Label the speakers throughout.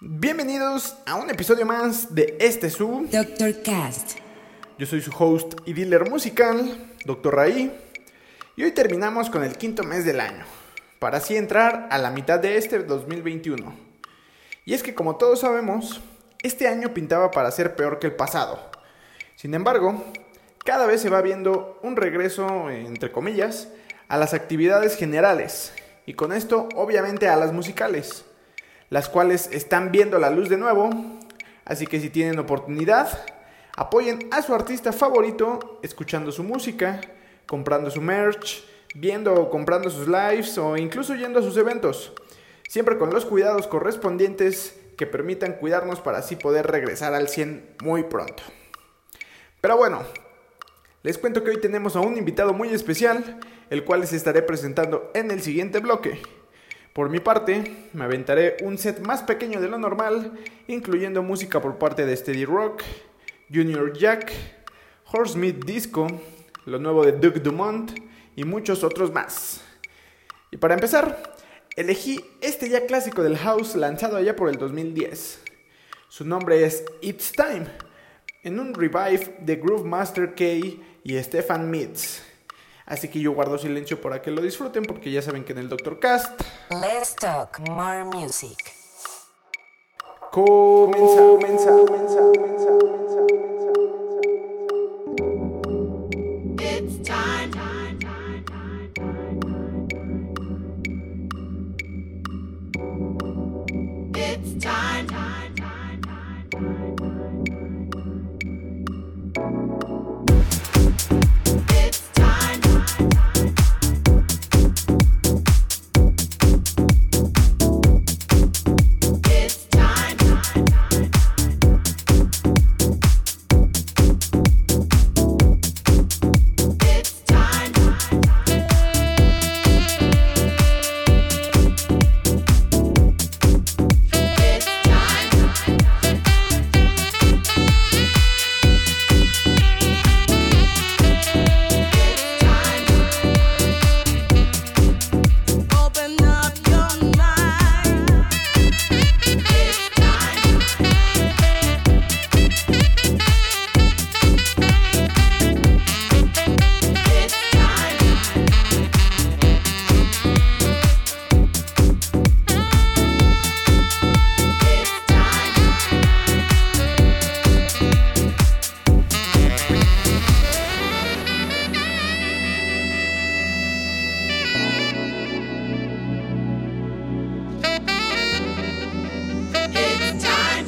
Speaker 1: Bienvenidos a un episodio más de este sub.
Speaker 2: Dr. Cast.
Speaker 1: Yo soy su host y dealer musical, Dr. Raí, y hoy terminamos con el quinto mes del año, para así entrar a la mitad de este 2021. Y es que como todos sabemos, este año pintaba para ser peor que el pasado. Sin embargo, cada vez se va viendo un regreso, entre comillas, a las actividades generales, y con esto obviamente a las musicales las cuales están viendo la luz de nuevo. Así que si tienen oportunidad, apoyen a su artista favorito escuchando su música, comprando su merch, viendo o comprando sus lives o incluso yendo a sus eventos. Siempre con los cuidados correspondientes que permitan cuidarnos para así poder regresar al 100 muy pronto. Pero bueno, les cuento que hoy tenemos a un invitado muy especial, el cual les estaré presentando en el siguiente bloque. Por mi parte, me aventaré un set más pequeño de lo normal, incluyendo música por parte de Steady Rock, Junior Jack, Horsemith Disco, lo nuevo de Duke Dumont y muchos otros más. Y para empezar, elegí este ya clásico del house lanzado allá por el 2010. Su nombre es It's Time, en un revive de Groove Master K y Stefan Mitz. Así que yo guardo silencio para que lo disfruten porque ya saben que en el Dr. Cast
Speaker 2: Let's talk more music.
Speaker 1: comienza.
Speaker 3: Open up your mind. It's time. It's time. It's time. It's time.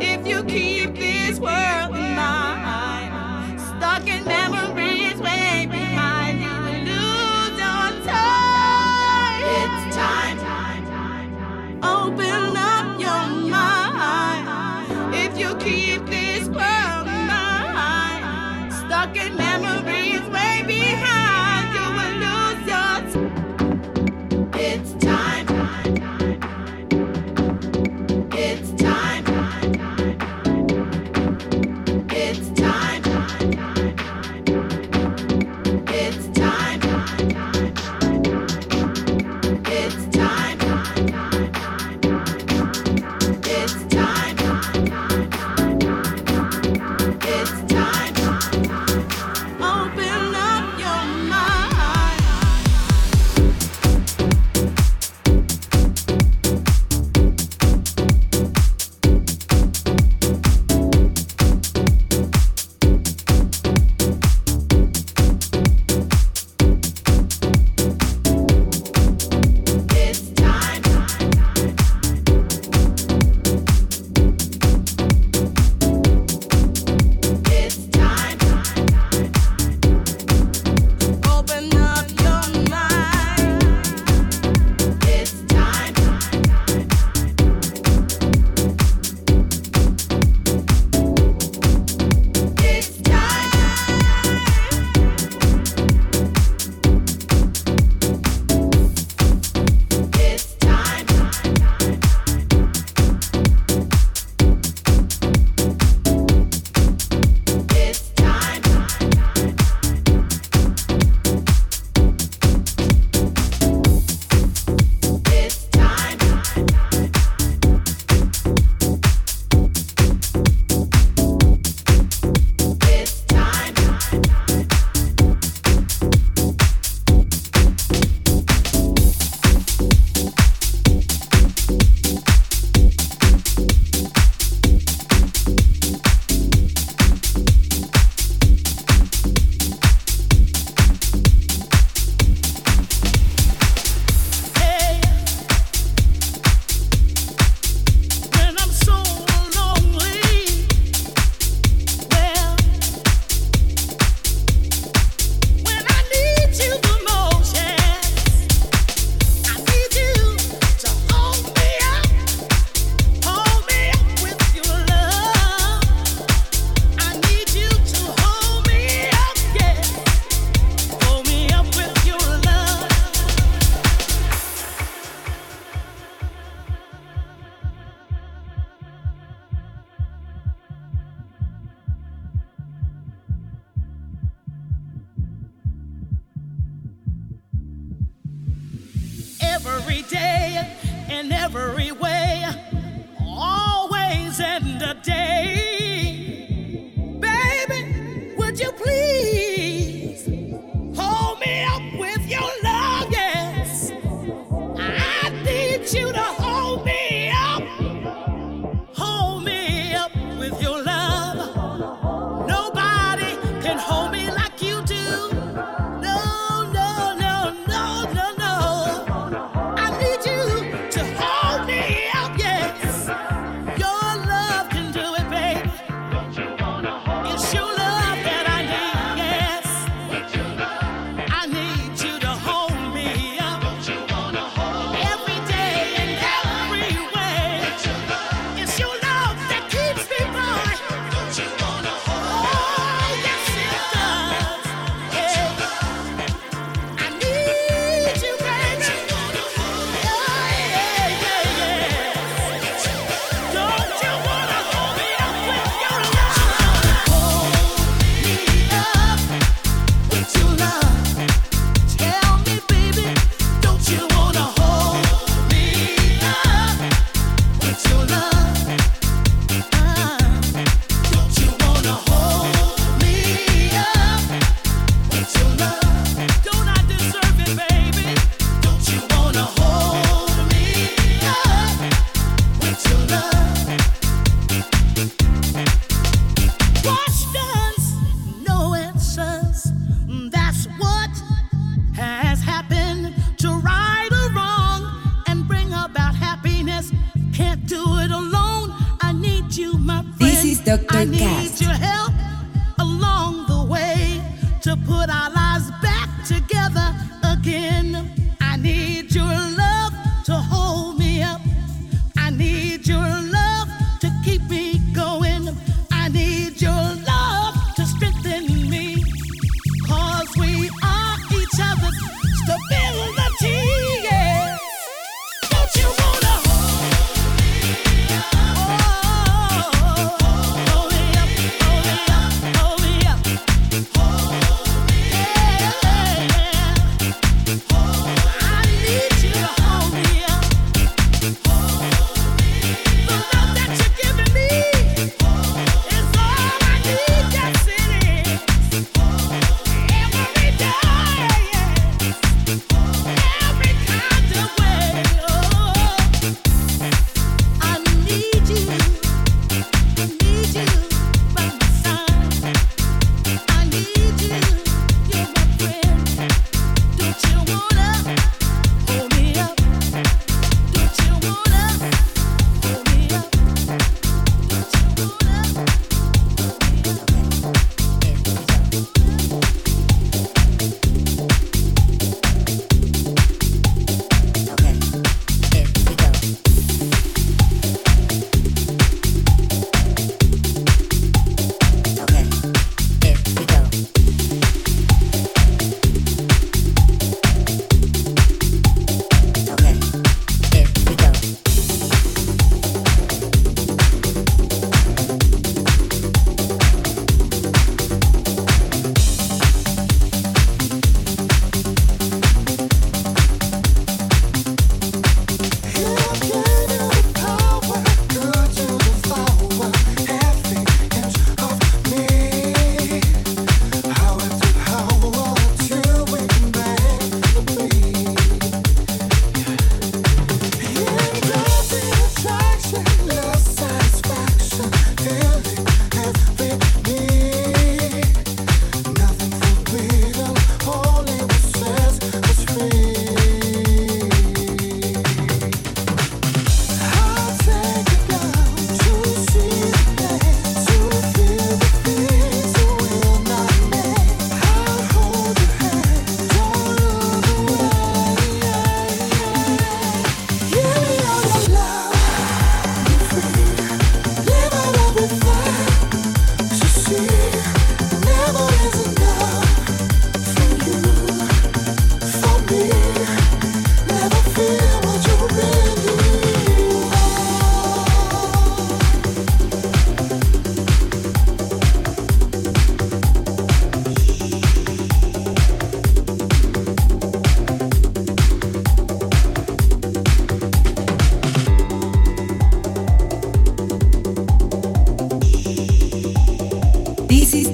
Speaker 3: If you keep this world in mind, stuck in memories way behind, you will lose your time. It's time. Open up your mind. If you keep this world in mind, stuck in memories way behind, you will lose your time. It's time. It's time. It's time. It's time. It's time. It's time. It's time. Oh,
Speaker 4: every day, in every way, always and a day. Baby, would you please hold me up with your love? Yes, I need you to hold me up. Hold me up with your love. Nobody can hold me like you do. No, no, no, no, no, no. I need you to hold me up, yes. Your love can do it, babe. It's your love that I need, yes. I need you to hold me up. Every day and every way. It's your love that keeps me going. Oh, yes it does. Yeah. I need you, baby. Oh, yeah, yeah, yeah. Don't you wanna hold me up with your love? Hold me up with your love. Tell me, baby, don't you wanna hold me up with your love? Don't you wanna hold me up? It's your love. Don't I deserve it, baby? Don't you wanna hold me up? It's your love. Questions, no answers. Mm, That's what has happened to right or wrong and bring about happiness. Can't do it alone. I need you, my friend.
Speaker 2: This is Dr.
Speaker 4: I need
Speaker 2: Cast.
Speaker 4: your help along the way to put our lives back together again. I need your love to hold me up. I need your love to keep me going. I need your love.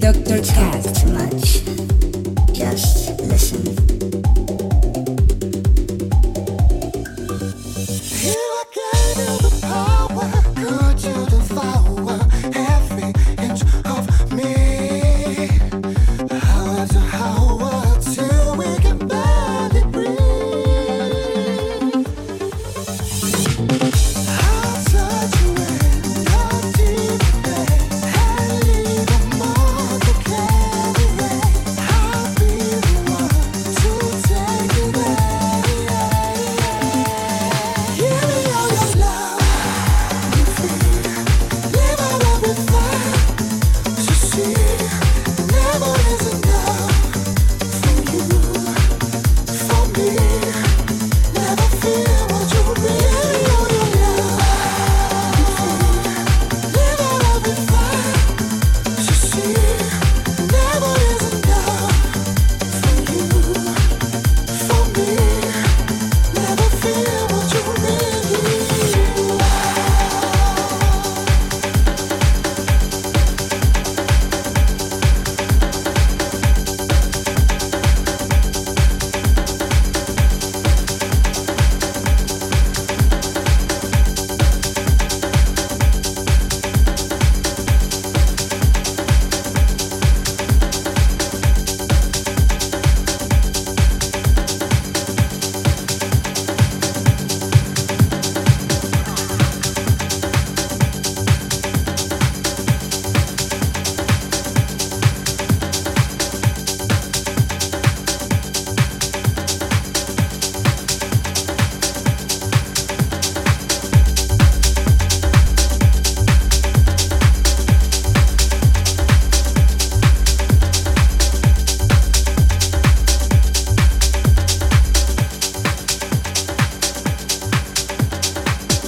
Speaker 2: Dr. Cast.
Speaker 5: much. Just listen.
Speaker 6: Here I gave you the power, could you devour every inch of me? Hour to hour till we can barely breathe. I'll touch you in your deep place and leave a mark that can't erase. I'll be the one to take it away. Give me all your love, you feel. Leave out everything to see. Never is enough for you. For me, never fear what you really owe your love. Live out everything to see. Never is enough for you. For me, never fear what you really owe.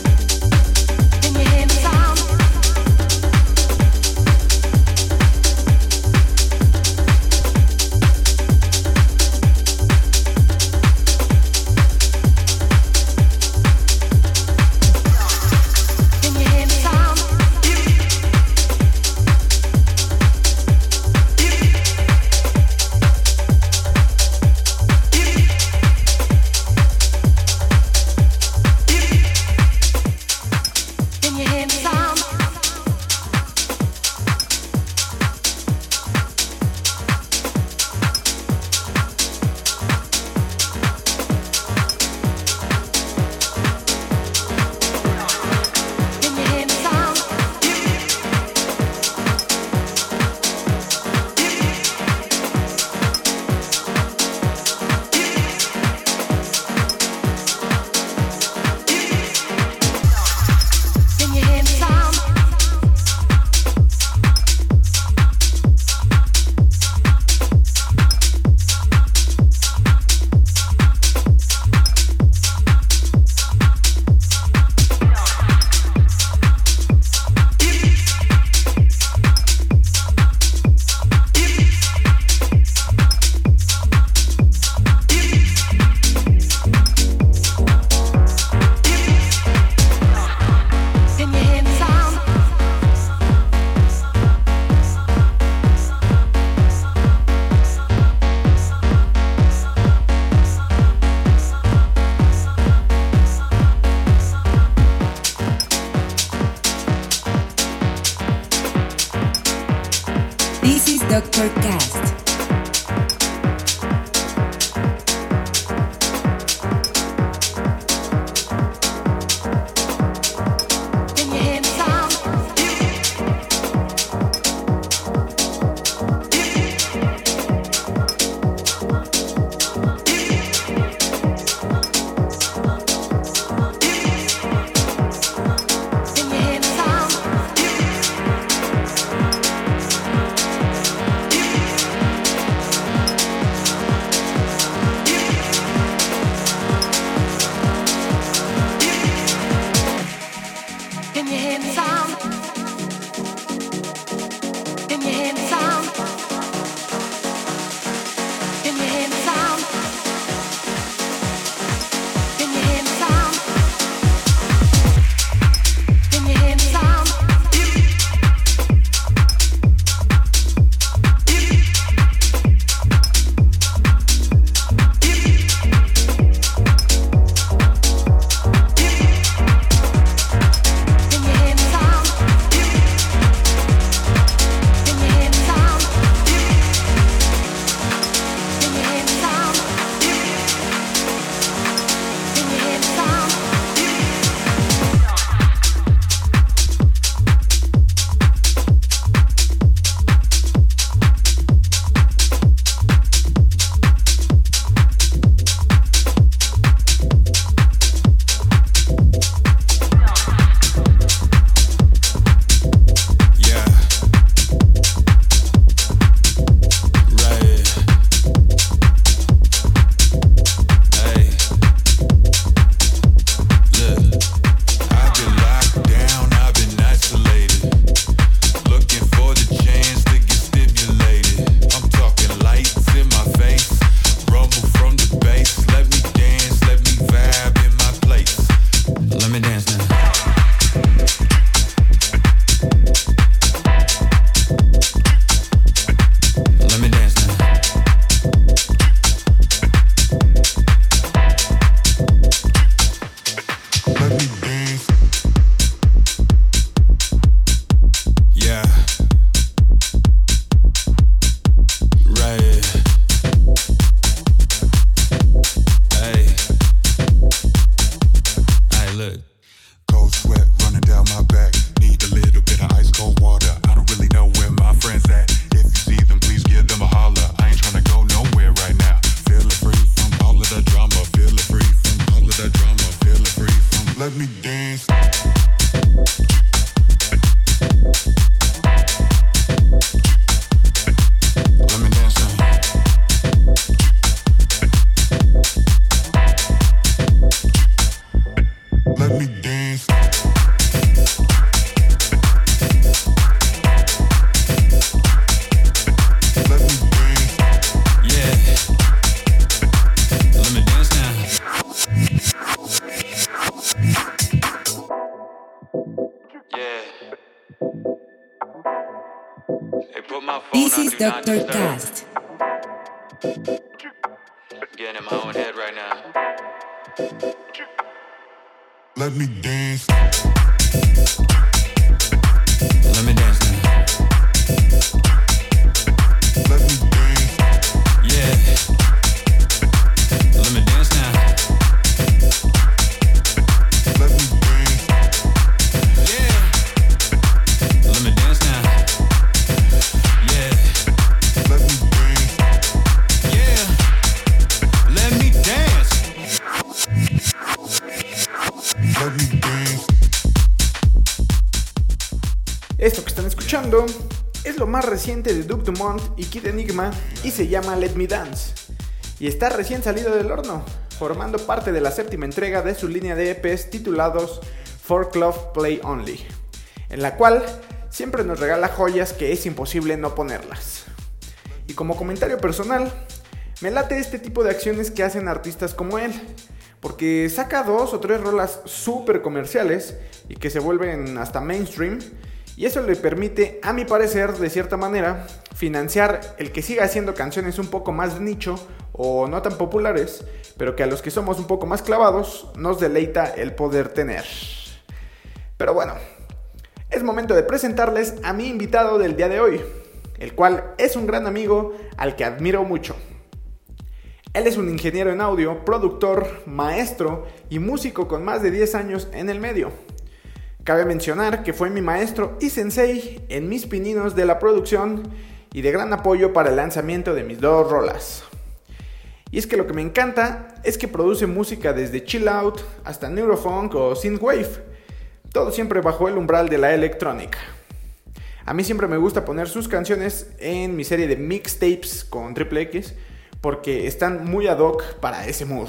Speaker 7: Can you hear me sound? Can you hear me sound? Can you hear me sound? Can you hear me sound? Can you hear me sound? Can you hear me sound?
Speaker 2: This is Dr. Cast.
Speaker 7: Can you hear me sound? Can you hear me sound?
Speaker 8: put my phone
Speaker 2: This
Speaker 8: on
Speaker 2: is
Speaker 8: do not
Speaker 2: Dr.
Speaker 8: disturb.
Speaker 2: Cast.
Speaker 8: Getting in my own head right now.
Speaker 9: Let me dance.
Speaker 8: Let me dance now.
Speaker 9: Let me dance.
Speaker 8: Yeah. Let me dance now.
Speaker 9: Let me dance.
Speaker 8: Yeah. Let me dance now. Yeah. Yeah.
Speaker 9: Let me dance.
Speaker 8: Let me dance.
Speaker 9: Let me dance.
Speaker 1: Esto que están escuchando es lo más reciente de Doug Dumont y Kid Enigma y se llama Let Me Dance. Y está recién salido del horno, formando parte de la séptima entrega de su línea de EPs titulados For Club Play Only, en la cual siempre nos regala joyas que es imposible no ponerlas. Y como comentario personal, me late este tipo de acciones que hacen artistas como él, porque saca dos o tres rolas súper comerciales y que se vuelven hasta mainstream, y eso le permite, a mi parecer, de cierta manera, financiar el que siga haciendo canciones un poco más de nicho o no tan populares, pero que a los que somos un poco más clavados nos deleita el poder tener. Pero bueno, es momento de presentarles a mi invitado del día de hoy, el cual es un gran amigo al que admiro mucho. Él es un ingeniero en audio, productor, maestro y músico con más de 10 años en el medio. Cabe mencionar que fue mi maestro y sensei en mis pininos de la producción y de gran apoyo para el lanzamiento de mis dos rolas. Y es que lo que me encanta es que produce música desde chill out hasta neurofunk o synthwave, todo siempre bajo el umbral de la electrónica. A mí siempre me gusta poner sus canciones en mi serie de mixtapes con Triple X porque están muy ad hoc para ese mood.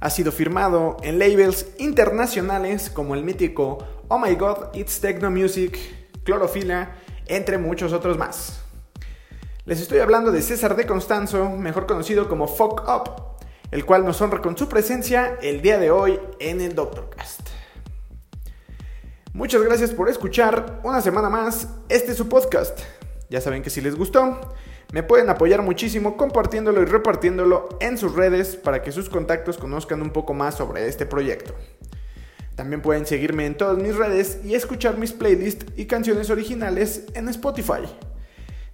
Speaker 1: Ha sido firmado en labels internacionales como el mítico Oh My God, It's Techno Music, Clorofila, entre muchos otros más. Les estoy hablando de César de Constanzo, mejor conocido como Fuck Up, el cual nos honra con su presencia el día de hoy en el Doctorcast. Muchas gracias por escuchar una semana más este es su podcast. Ya saben que si les gustó, me pueden apoyar muchísimo compartiéndolo y repartiéndolo en sus redes para que sus contactos conozcan un poco más sobre este proyecto. También pueden seguirme en todas mis redes y escuchar mis playlists y canciones originales en Spotify.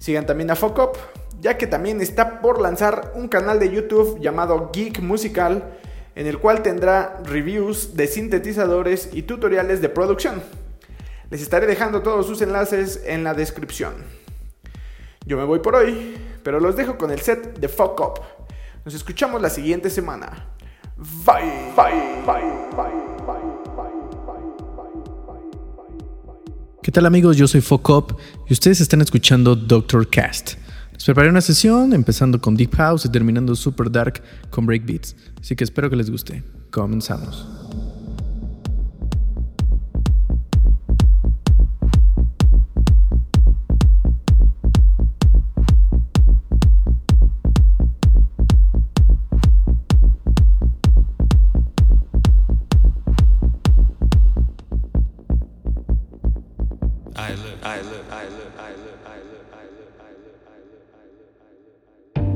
Speaker 1: Sigan también a Focop, ya que también está por lanzar un canal de YouTube llamado Geek Musical, en el cual tendrá reviews de sintetizadores y tutoriales de producción. Les estaré dejando todos sus enlaces en la descripción. Yo me voy por hoy, pero los dejo con el set de Fuck Up. Nos escuchamos la siguiente semana. Bye, bye, bye, bye, bye, bye,
Speaker 10: ¿Qué tal amigos? Yo soy Focop y ustedes están escuchando Doctor Cast. Les preparé una sesión empezando con Deep House y terminando Super Dark con Breakbeats, así que espero que les guste. Comenzamos.
Speaker 8: I look, I look, I look, I look, I look, I look, I look, I look, I look, I look.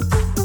Speaker 11: Thank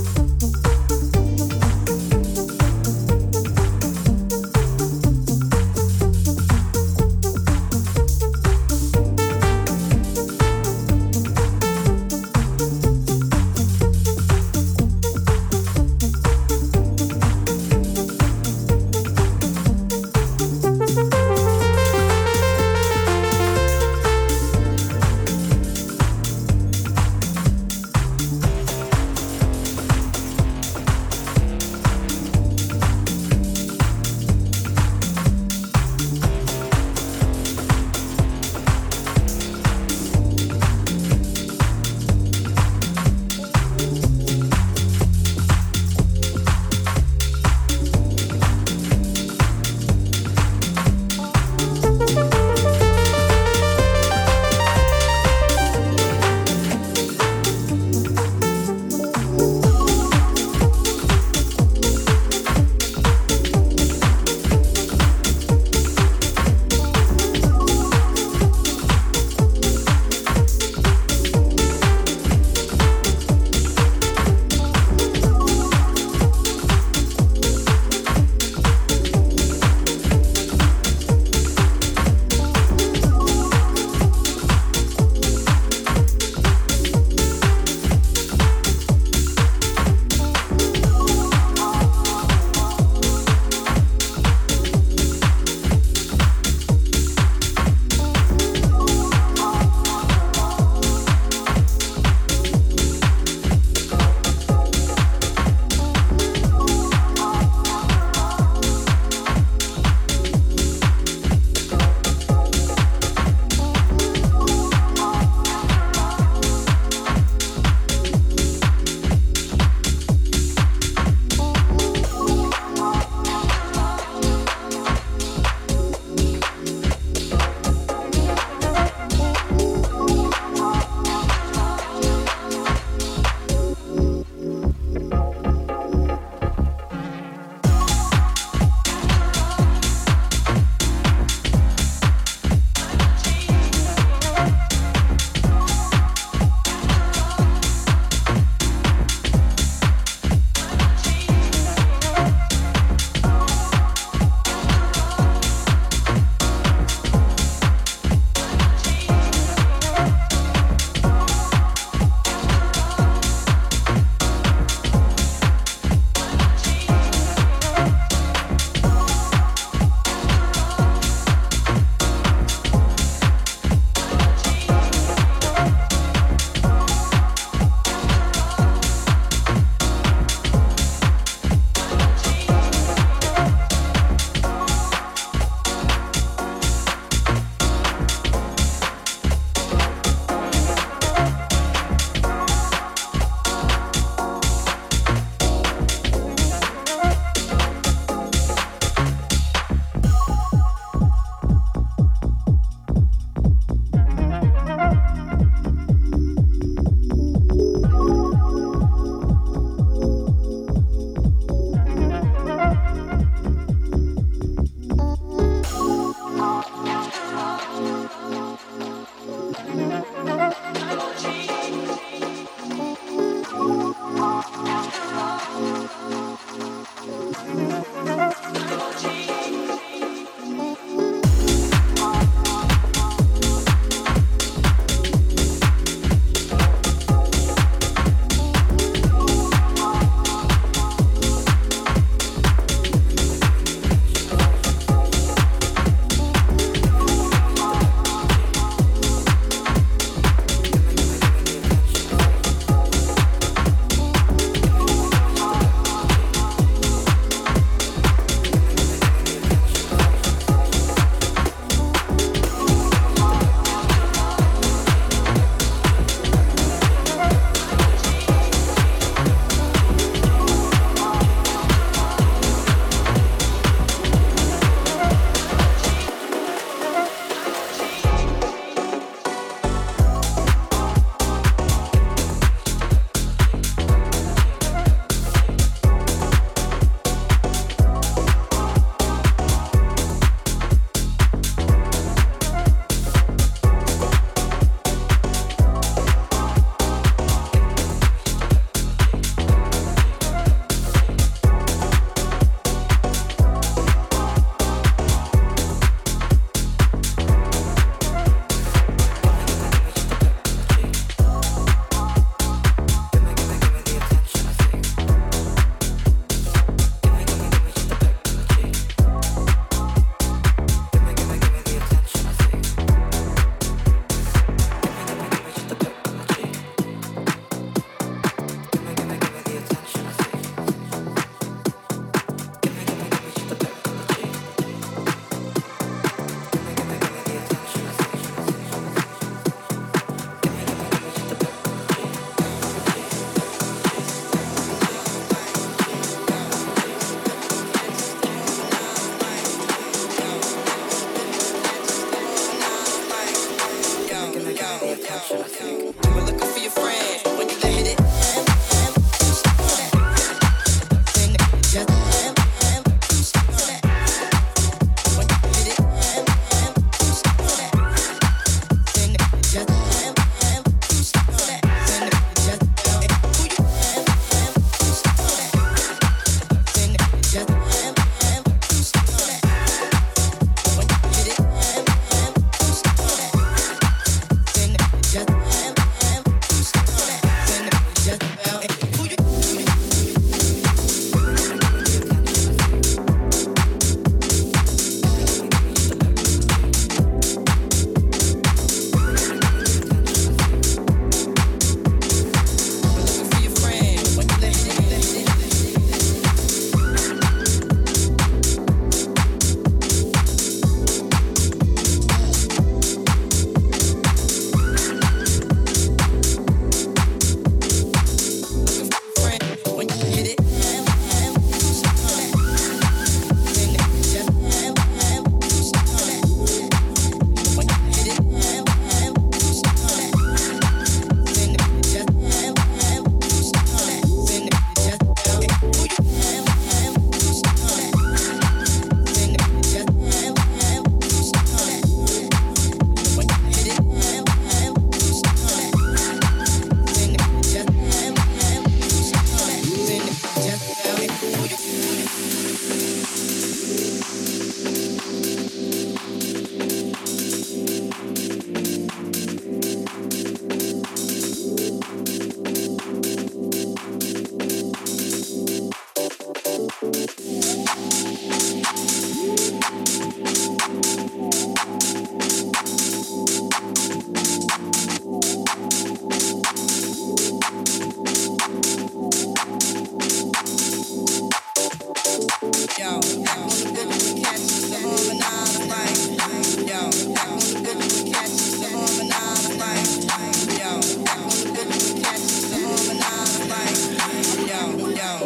Speaker 4: down.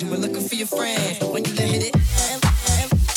Speaker 4: You were looking for your friend when you done hit it.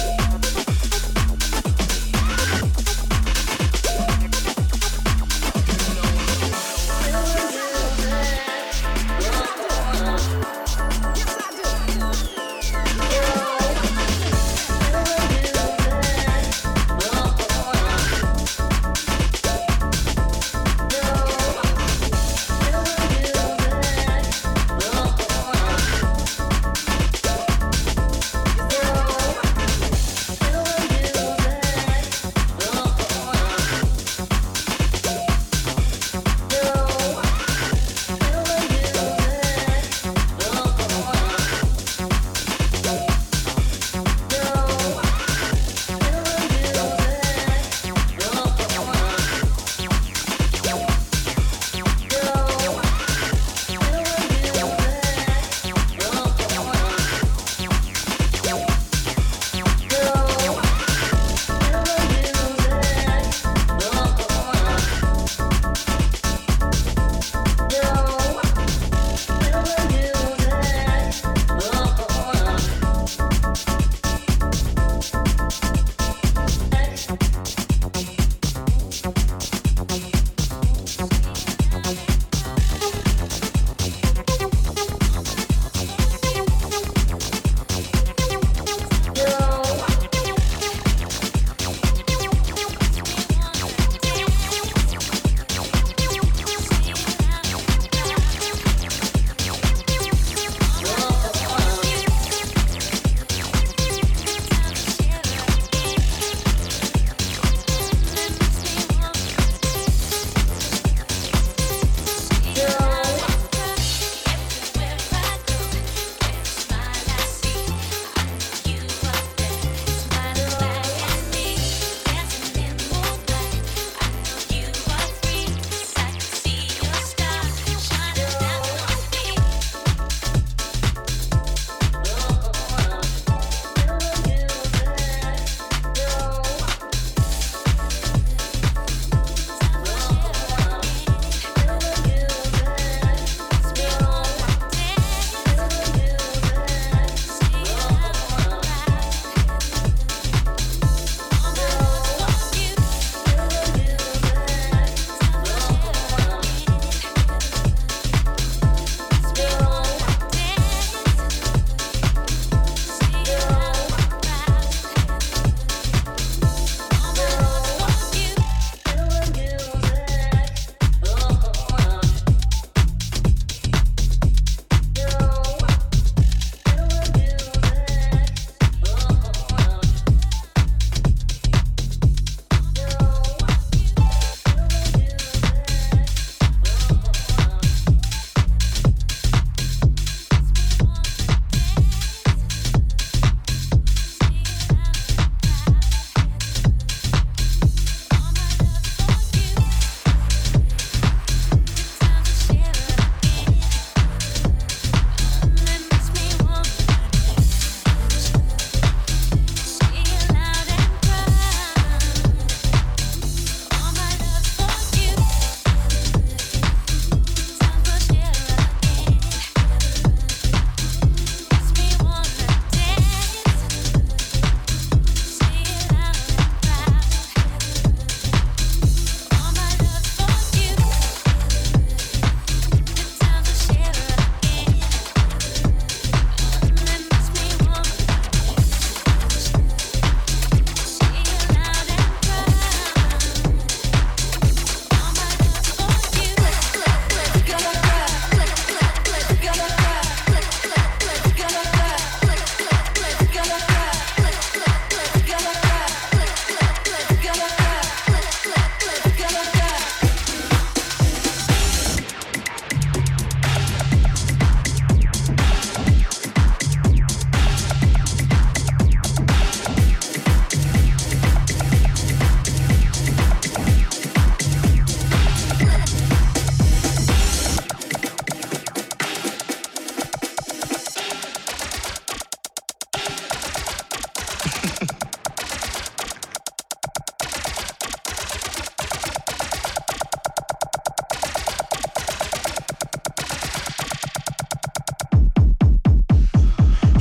Speaker 11: Thank you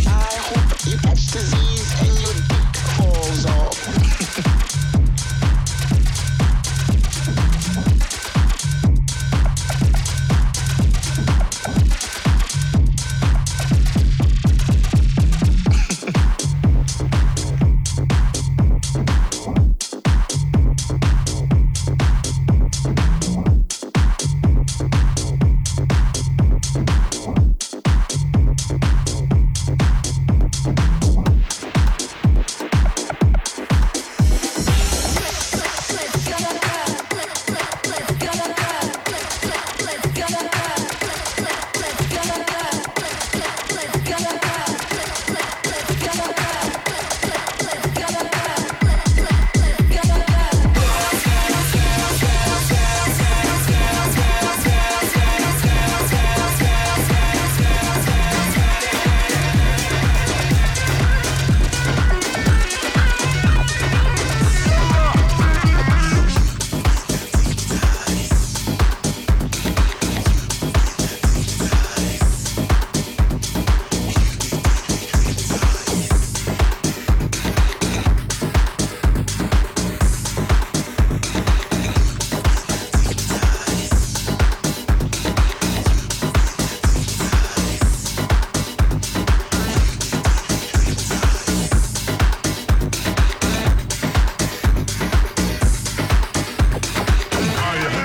Speaker 12: catch disease and your dick falls off.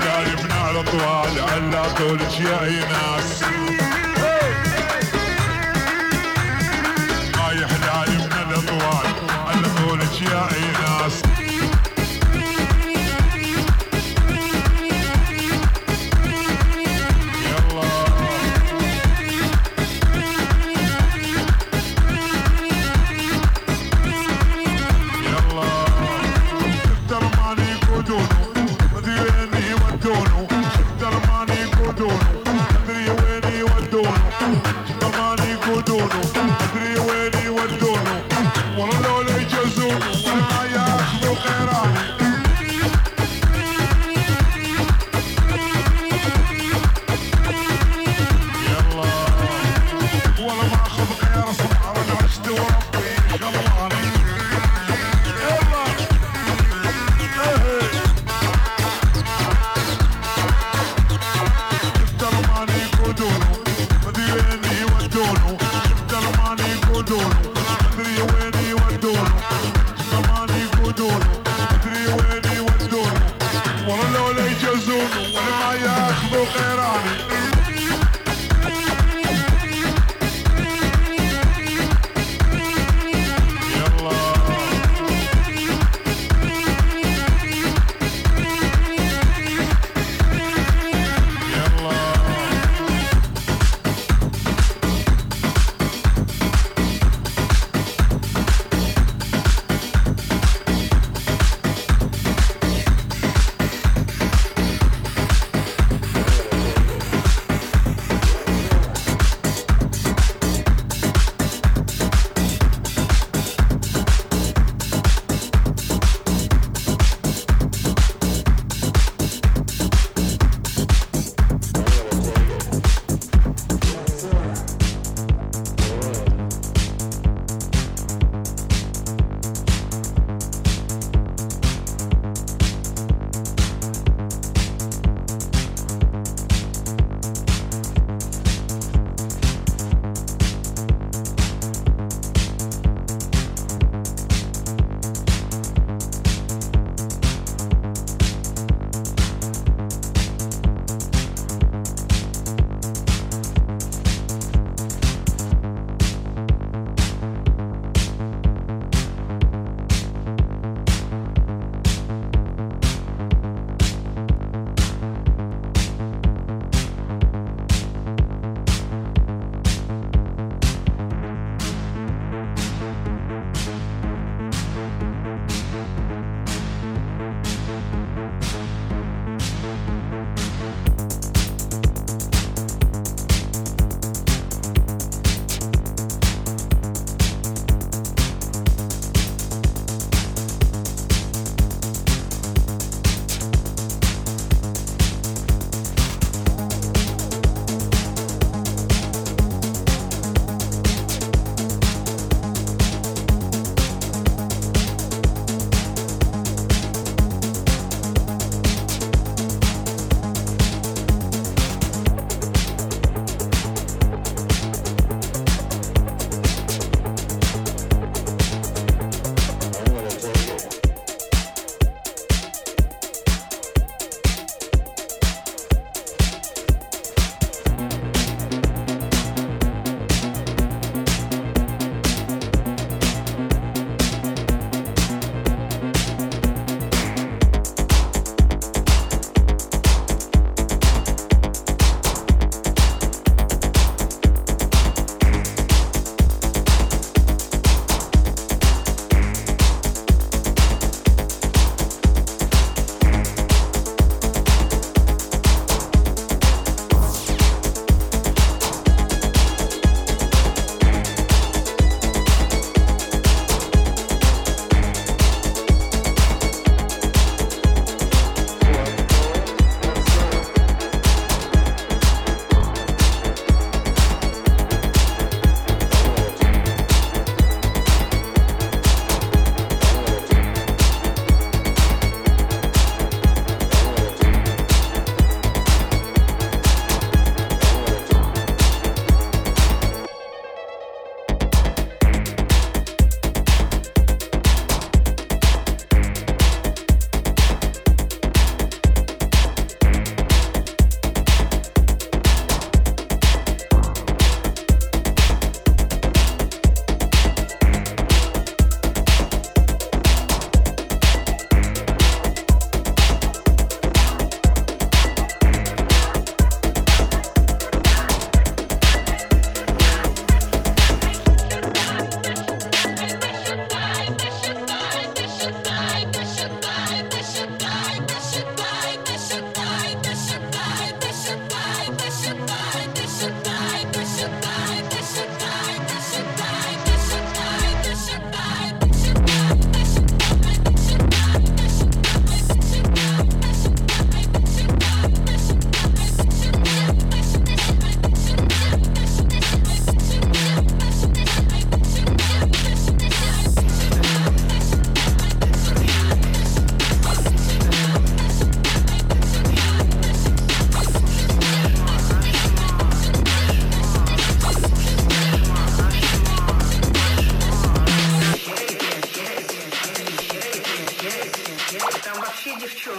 Speaker 9: طوال على طول يا ناس ما يحلى من الاطوال على طول يا ناس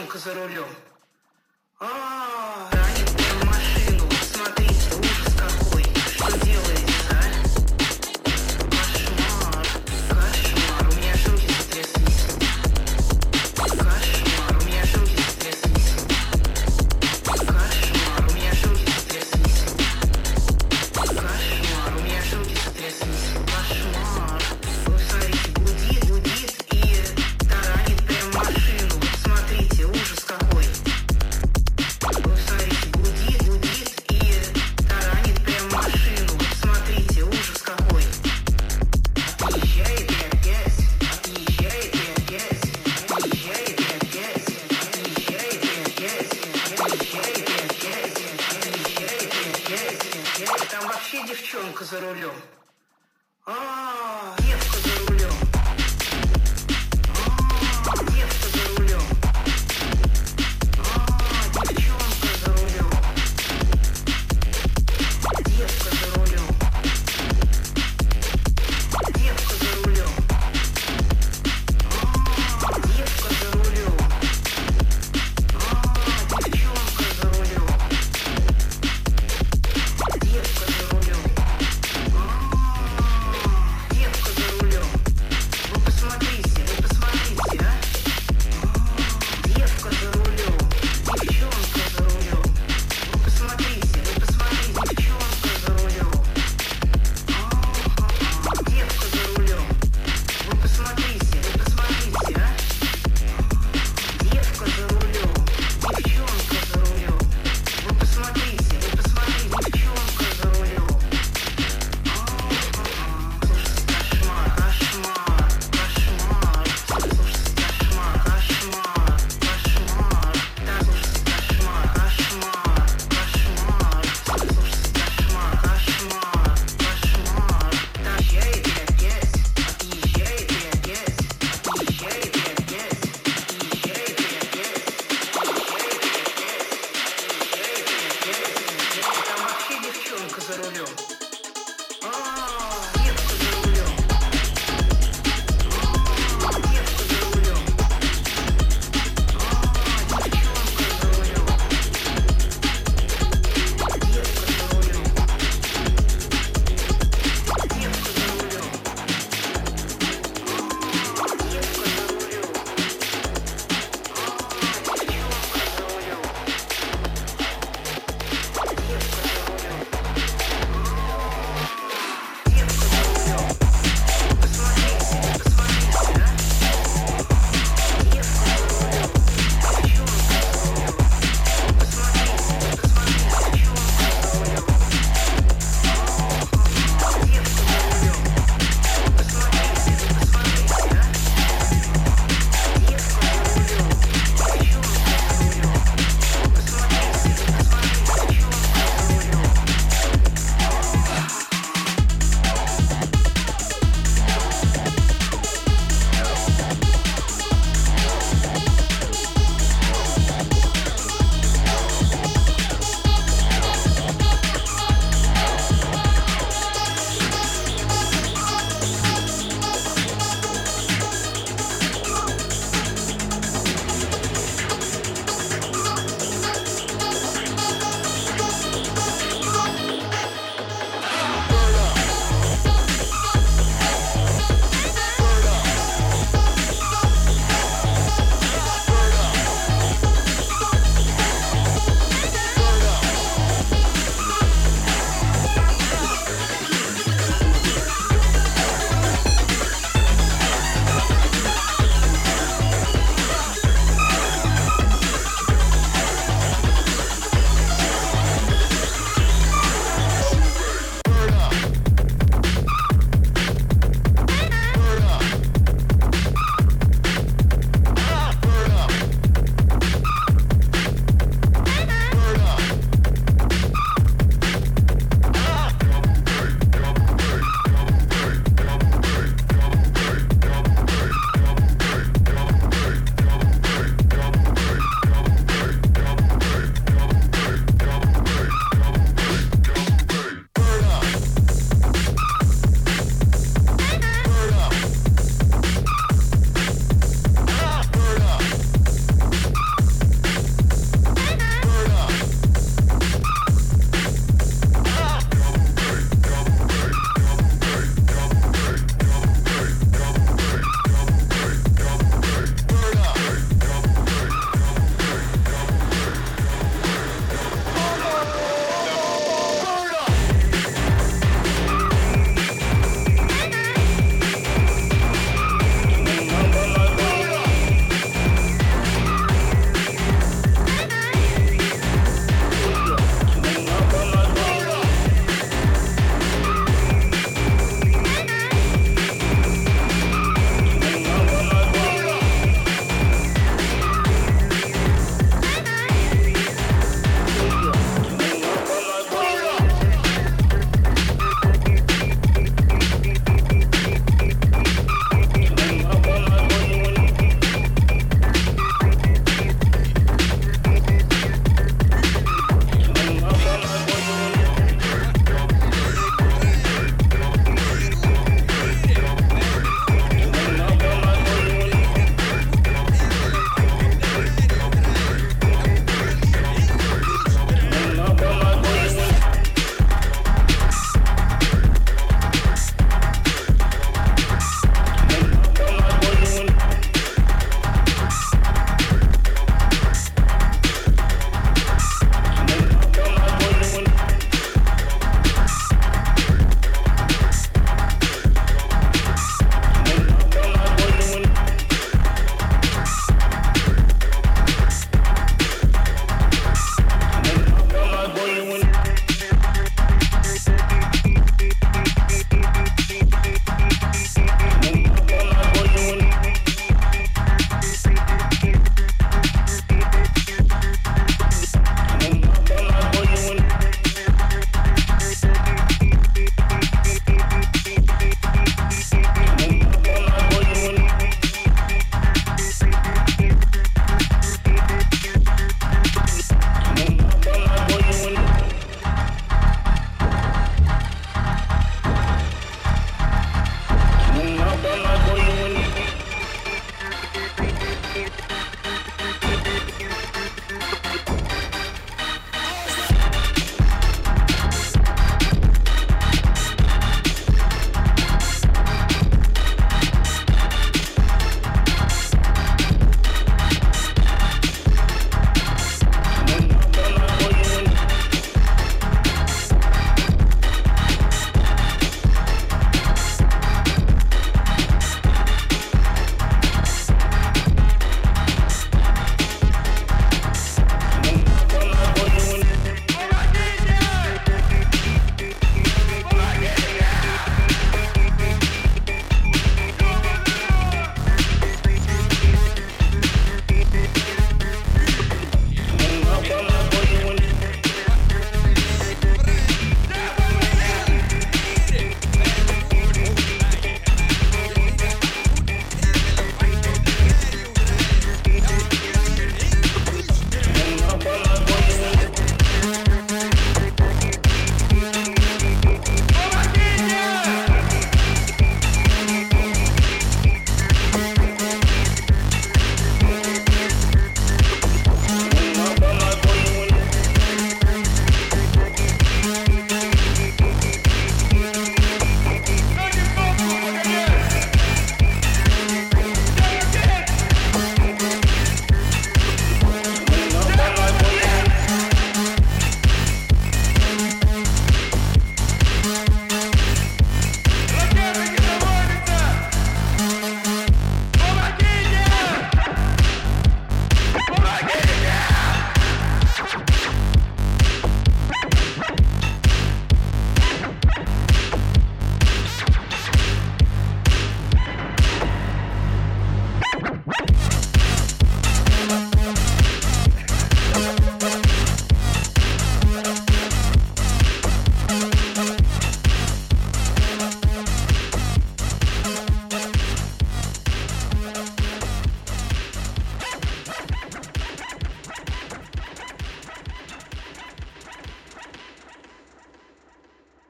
Speaker 13: просто за рулем. А, ранит мне машину, смотрите, ужас какой. Что делаете, а? Кошмар, кошмар, у меня аж руки затряслись. Кошмар, у меня аж руки затряслись. Кошмар, у меня аж руки затряслись. Кошмар, у меня аж руки затряслись. Кошмар, вы смотрите, гудит, гудит и таранит прям машину. Смотрите, ужас какой. Вы смотрите, гудит, гудит и таранит прям машину. Смотрите, ужас какой. Отъезжает и опять, отъезжает и опять, отъезжает и опять, отъезжает и опять, отъезжает и опять, отъезжает и опять, отъезжает. Там вообще девчонка за рулем. А, девка за рулем. А, девка за рулем. А, девчонка за рулем. Девка за рулем. Девка за рулем. А, девка за рулем. А, девчонка за рулем. Девка за рулем. А, девка за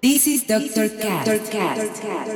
Speaker 2: This is Dr. Cat. Dr. Cat.